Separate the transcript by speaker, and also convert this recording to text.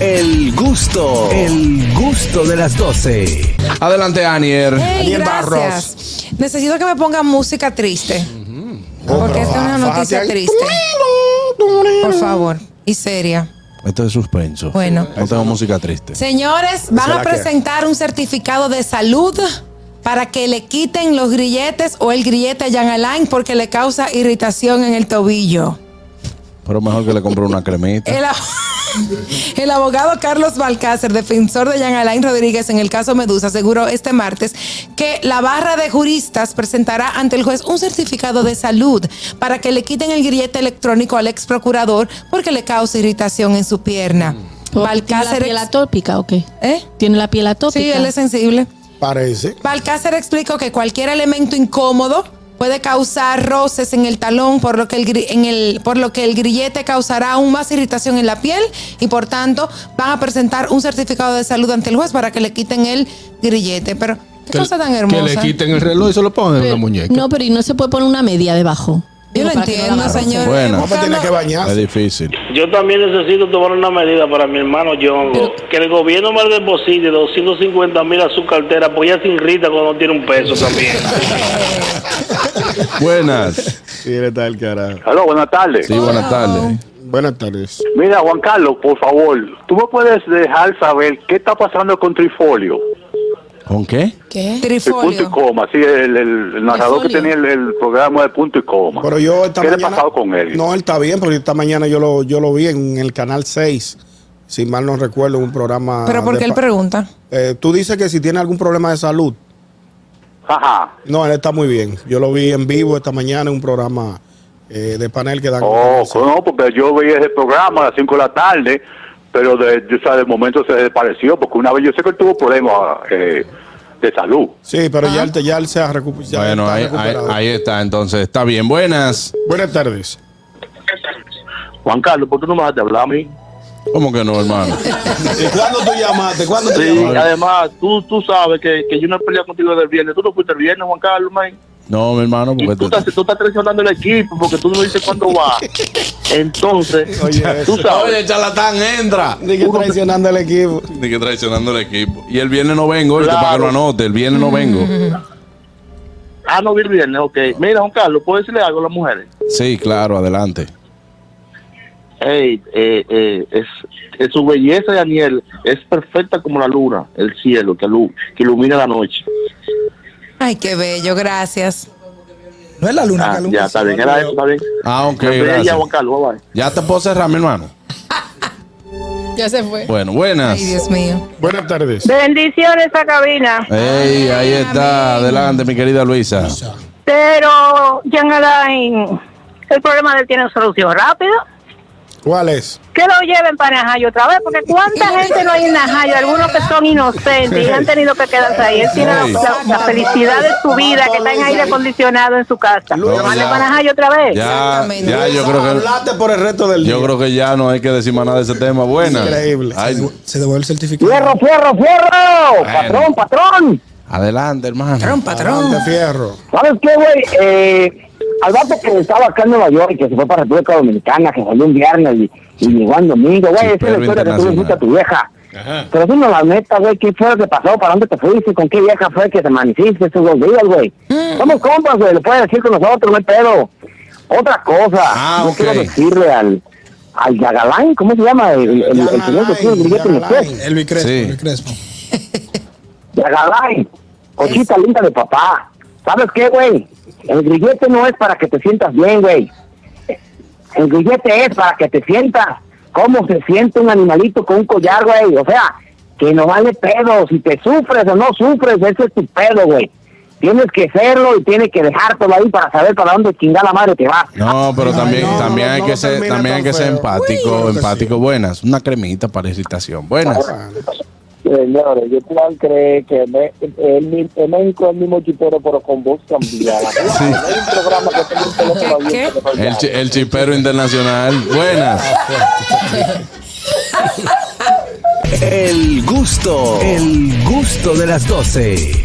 Speaker 1: El gusto, el gusto de las 12.
Speaker 2: Adelante, Anier.
Speaker 3: Ey,
Speaker 4: Daniel
Speaker 3: gracias. Necesito que me pongan música triste. porque esta es una
Speaker 4: Fájate
Speaker 3: noticia
Speaker 4: ahí.
Speaker 3: triste. Por favor. Y seria.
Speaker 2: Esto es suspenso.
Speaker 3: Bueno.
Speaker 2: No tengo música triste.
Speaker 3: Señores, van
Speaker 4: Esa
Speaker 3: a
Speaker 4: la que-
Speaker 3: presentar un certificado de salud para que le quiten los grilletes o el grillete a Jan Alain porque le causa irritación en el tobillo.
Speaker 2: Pero mejor que le compre una cremita.
Speaker 3: El, ab- el abogado Carlos Balcácer, defensor de Jean Alain Rodríguez en el caso Medusa, aseguró este martes que la barra de juristas presentará ante el juez un certificado de salud para que le quiten el grillete electrónico al ex procurador porque le causa irritación en su pierna.
Speaker 5: ¿Tiene Oh, la
Speaker 3: Balcácer.
Speaker 5: piel
Speaker 3: ex-
Speaker 5: atópica o qué?
Speaker 3: ¿Eh?
Speaker 5: ¿Tiene la piel atópica?
Speaker 3: Sí, él es sensible.
Speaker 4: Parece.
Speaker 3: Balcácer explicó que cualquier elemento incómodo puede causar roces en el talón, por lo, que el, gri- en el- por lo que el grillete causará aún más irritación en la piel y por tanto van a presentar un certificado de salud ante el juez para que le quiten el grillete. Pero qué
Speaker 6: Que-
Speaker 3: cosa tan hermosa.
Speaker 6: Que le quiten el reloj y se lo pongan en
Speaker 5: Pero-
Speaker 6: una muñeca.
Speaker 5: No, pero y no se puede poner una media debajo.
Speaker 3: Yo
Speaker 5: Digo,
Speaker 3: no
Speaker 5: para que no la
Speaker 3: entiendo,
Speaker 5: roce.
Speaker 3: señor.
Speaker 2: Buena.
Speaker 4: Vamos a tener que
Speaker 2: Es
Speaker 4: bañarse.
Speaker 2: difícil.
Speaker 7: Yo también necesito tomar una medida para mi hermano John. Que el gobierno me deposite 250 mil a su cartera, porque ya se irrita cuando no tiene un peso también.
Speaker 2: Buenas.
Speaker 4: Sí, él está el carajo.
Speaker 8: Aló, buenas tardes.
Speaker 2: Sí, buenas tardes.
Speaker 4: Buenas tardes.
Speaker 8: Mira, Juan Carlos, por favor, tú me puedes dejar saber qué está pasando con Trifolio.
Speaker 2: ¿Con qué?
Speaker 5: ¿Qué?
Speaker 8: El punto y
Speaker 3: Trifolio.
Speaker 8: coma, sí, el, el- el narrador que
Speaker 5: Trifolio.
Speaker 8: tenía el, el programa de punto y coma.
Speaker 4: Pero yo esta
Speaker 8: ¿Qué le ha
Speaker 4: mañana.
Speaker 8: pasado con él?
Speaker 4: No, él está bien, porque esta mañana yo lo, yo lo vi en el canal 6. Si mal no recuerdo, un programa.
Speaker 3: Pero porque
Speaker 4: Ah, de
Speaker 3: él
Speaker 4: pa-
Speaker 3: pregunta.
Speaker 4: Eh, tú dices que si tiene algún problema de salud.
Speaker 8: Ajá.
Speaker 4: No, él está muy bien. Yo lo vi en vivo esta mañana en un programa eh, de panel que dan.
Speaker 8: Oh, no, porque yo veía ese programa a las 5 de la tarde, pero de, de- o sea, de momento se desapareció, porque una vez yo sé que él tuvo problemas eh, de salud.
Speaker 4: Sí, pero
Speaker 9: Ah.
Speaker 4: ya, él, te- ya él se ha recu- ya él
Speaker 2: Bueno,
Speaker 4: está
Speaker 2: ahí, ahí,
Speaker 4: recuperado.
Speaker 2: ahí está. Entonces, está bien. Buenas.
Speaker 4: Buenas tardes.
Speaker 8: Juan Carlos, ¿por qué no me has hablar a mí?
Speaker 2: ¿Cómo que no, hermano?
Speaker 4: ¿Y cuándo tú llamaste? ¿Cuándo tú llamaste?
Speaker 8: además, tú, tú sabes que, que yo no he peleado contigo del viernes. Tú no fuiste el viernes, Juan Carlos, man.
Speaker 2: No, mi hermano,
Speaker 8: Y tú
Speaker 2: porque
Speaker 8: estás,
Speaker 2: te-
Speaker 8: tú estás traicionando el equipo porque tú no dices cuándo va. Entonces,
Speaker 4: Oye,
Speaker 8: tú sabes.
Speaker 2: Oye, charlatán, entra.
Speaker 4: Dije traicionando al equipo.
Speaker 2: Ni que traicionando el equipo. Y el viernes no vengo, oíste,
Speaker 8: Claro.
Speaker 2: para que lo anote. El viernes no vengo.
Speaker 3: Mm.
Speaker 8: Ah, no vi el viernes, ok. Mira, Juan Carlos, ¿puedo decirle algo a las mujeres?
Speaker 2: Sí, claro, adelante.
Speaker 8: Ey, eh, eh, es, es su belleza, Daniel, es perfecta como la luna, el cielo, que, lu- que ilumina la noche.
Speaker 3: Ay, qué bello, gracias.
Speaker 9: No es la luna,
Speaker 8: Ah,
Speaker 9: Calum.
Speaker 8: ya, está bien, era eso, está bien.
Speaker 2: Ah, ok,
Speaker 8: Bella,
Speaker 2: gracias.
Speaker 8: Juan Carlos, bye bye.
Speaker 2: Ya te puedo cerrar, mi hermano.
Speaker 5: Ya se fue.
Speaker 2: Bueno, buenas.
Speaker 3: Ay, Dios mío.
Speaker 4: Buenas tardes.
Speaker 10: Bendiciones a cabina.
Speaker 2: Ey, ahí está. Adelante, mi querida Luisa.
Speaker 10: Pero, Jean Alain, el problema de él tiene solución rápido.
Speaker 4: ¿Cuál es?
Speaker 10: Que lo lleven para Najayo otra vez, porque cuánta gente no hay en Najayo, algunos que son inocentes y han tenido que quedarse ahí. Él tiene la, la- la felicidad de su vida, que está en aire acondicionado en su casa.
Speaker 4: Luego
Speaker 10: Lo mandan
Speaker 2: ya.
Speaker 10: para Najayo otra vez.
Speaker 2: Ya,
Speaker 3: Exactamente.
Speaker 2: ya, yo creo que.
Speaker 4: Hablaste por el resto del día.
Speaker 2: Yo creo que ya no hay que decir más nada de ese tema. Buenas.
Speaker 4: Increíble.
Speaker 2: Ay,
Speaker 9: Se devuelve el certificado.
Speaker 8: fierro, fierro!
Speaker 2: Patrón,
Speaker 8: patrón!
Speaker 2: adelante, hermano.
Speaker 3: Patrón, patrón.
Speaker 4: Adelante, fierro.
Speaker 8: ¿Sabes qué, güey? Eh, al vato que estaba acá en Nueva York y que se fue para República Dominicana, que salió un viernes y, y llegó en domingo, güey, esa es la
Speaker 2: Superhéroe
Speaker 8: historia que tú le
Speaker 2: internacional.
Speaker 8: hiciste a tu vieja. Pero dime la neta, güey, ¿qué fue lo que pasó? ¿Para dónde te fuiste? ¿Con qué vieja fue que te amaneciste esos dos días, güey?
Speaker 2: Mm.
Speaker 8: Somos compas, güey, lo puedes decir con nosotros, no hay pedo. Otra cosa,
Speaker 2: Ah,
Speaker 8: yo
Speaker 2: ok.
Speaker 8: quiero decirle al, al Yagalán, ¿cómo se llama? El, el, el, el señor que tiene el billete en los pies.
Speaker 9: El Crespo,
Speaker 2: Sí.
Speaker 9: Elvis Crespo.
Speaker 8: Yagalay, cochita linda de papá. ¿Sabes qué, güey? El grillete no es para que te sientas bien, güey. El grillete es para que te sientas cómo se siente un animalito con un collar, güey. O sea, que no vale pedo. Si te sufres o no sufres, ese es tu pedo, güey. Tienes que serlo y tienes que dejártelo ahí para saber para dónde chingada madre te vas.
Speaker 2: No, pero
Speaker 4: Ay,
Speaker 2: también,
Speaker 4: no,
Speaker 2: también
Speaker 4: no,
Speaker 2: hay
Speaker 4: no
Speaker 2: que ser,
Speaker 4: termine
Speaker 2: también hay
Speaker 4: tan
Speaker 2: que ser
Speaker 4: feo. Uy,
Speaker 2: empático,
Speaker 4: creo que
Speaker 2: empático.
Speaker 4: sí.
Speaker 2: Buenas, una cremita para irritación. Buenas.
Speaker 8: Señores, yo puedo creer que me, el, el México es el mismo chipero, pero con voz cambiada. Hay un programa que tengo un teléfono
Speaker 3: ¿Qué, abierto
Speaker 2: El, chi- el chipero internacional. Buenas.
Speaker 1: El gusto, el gusto de las 12.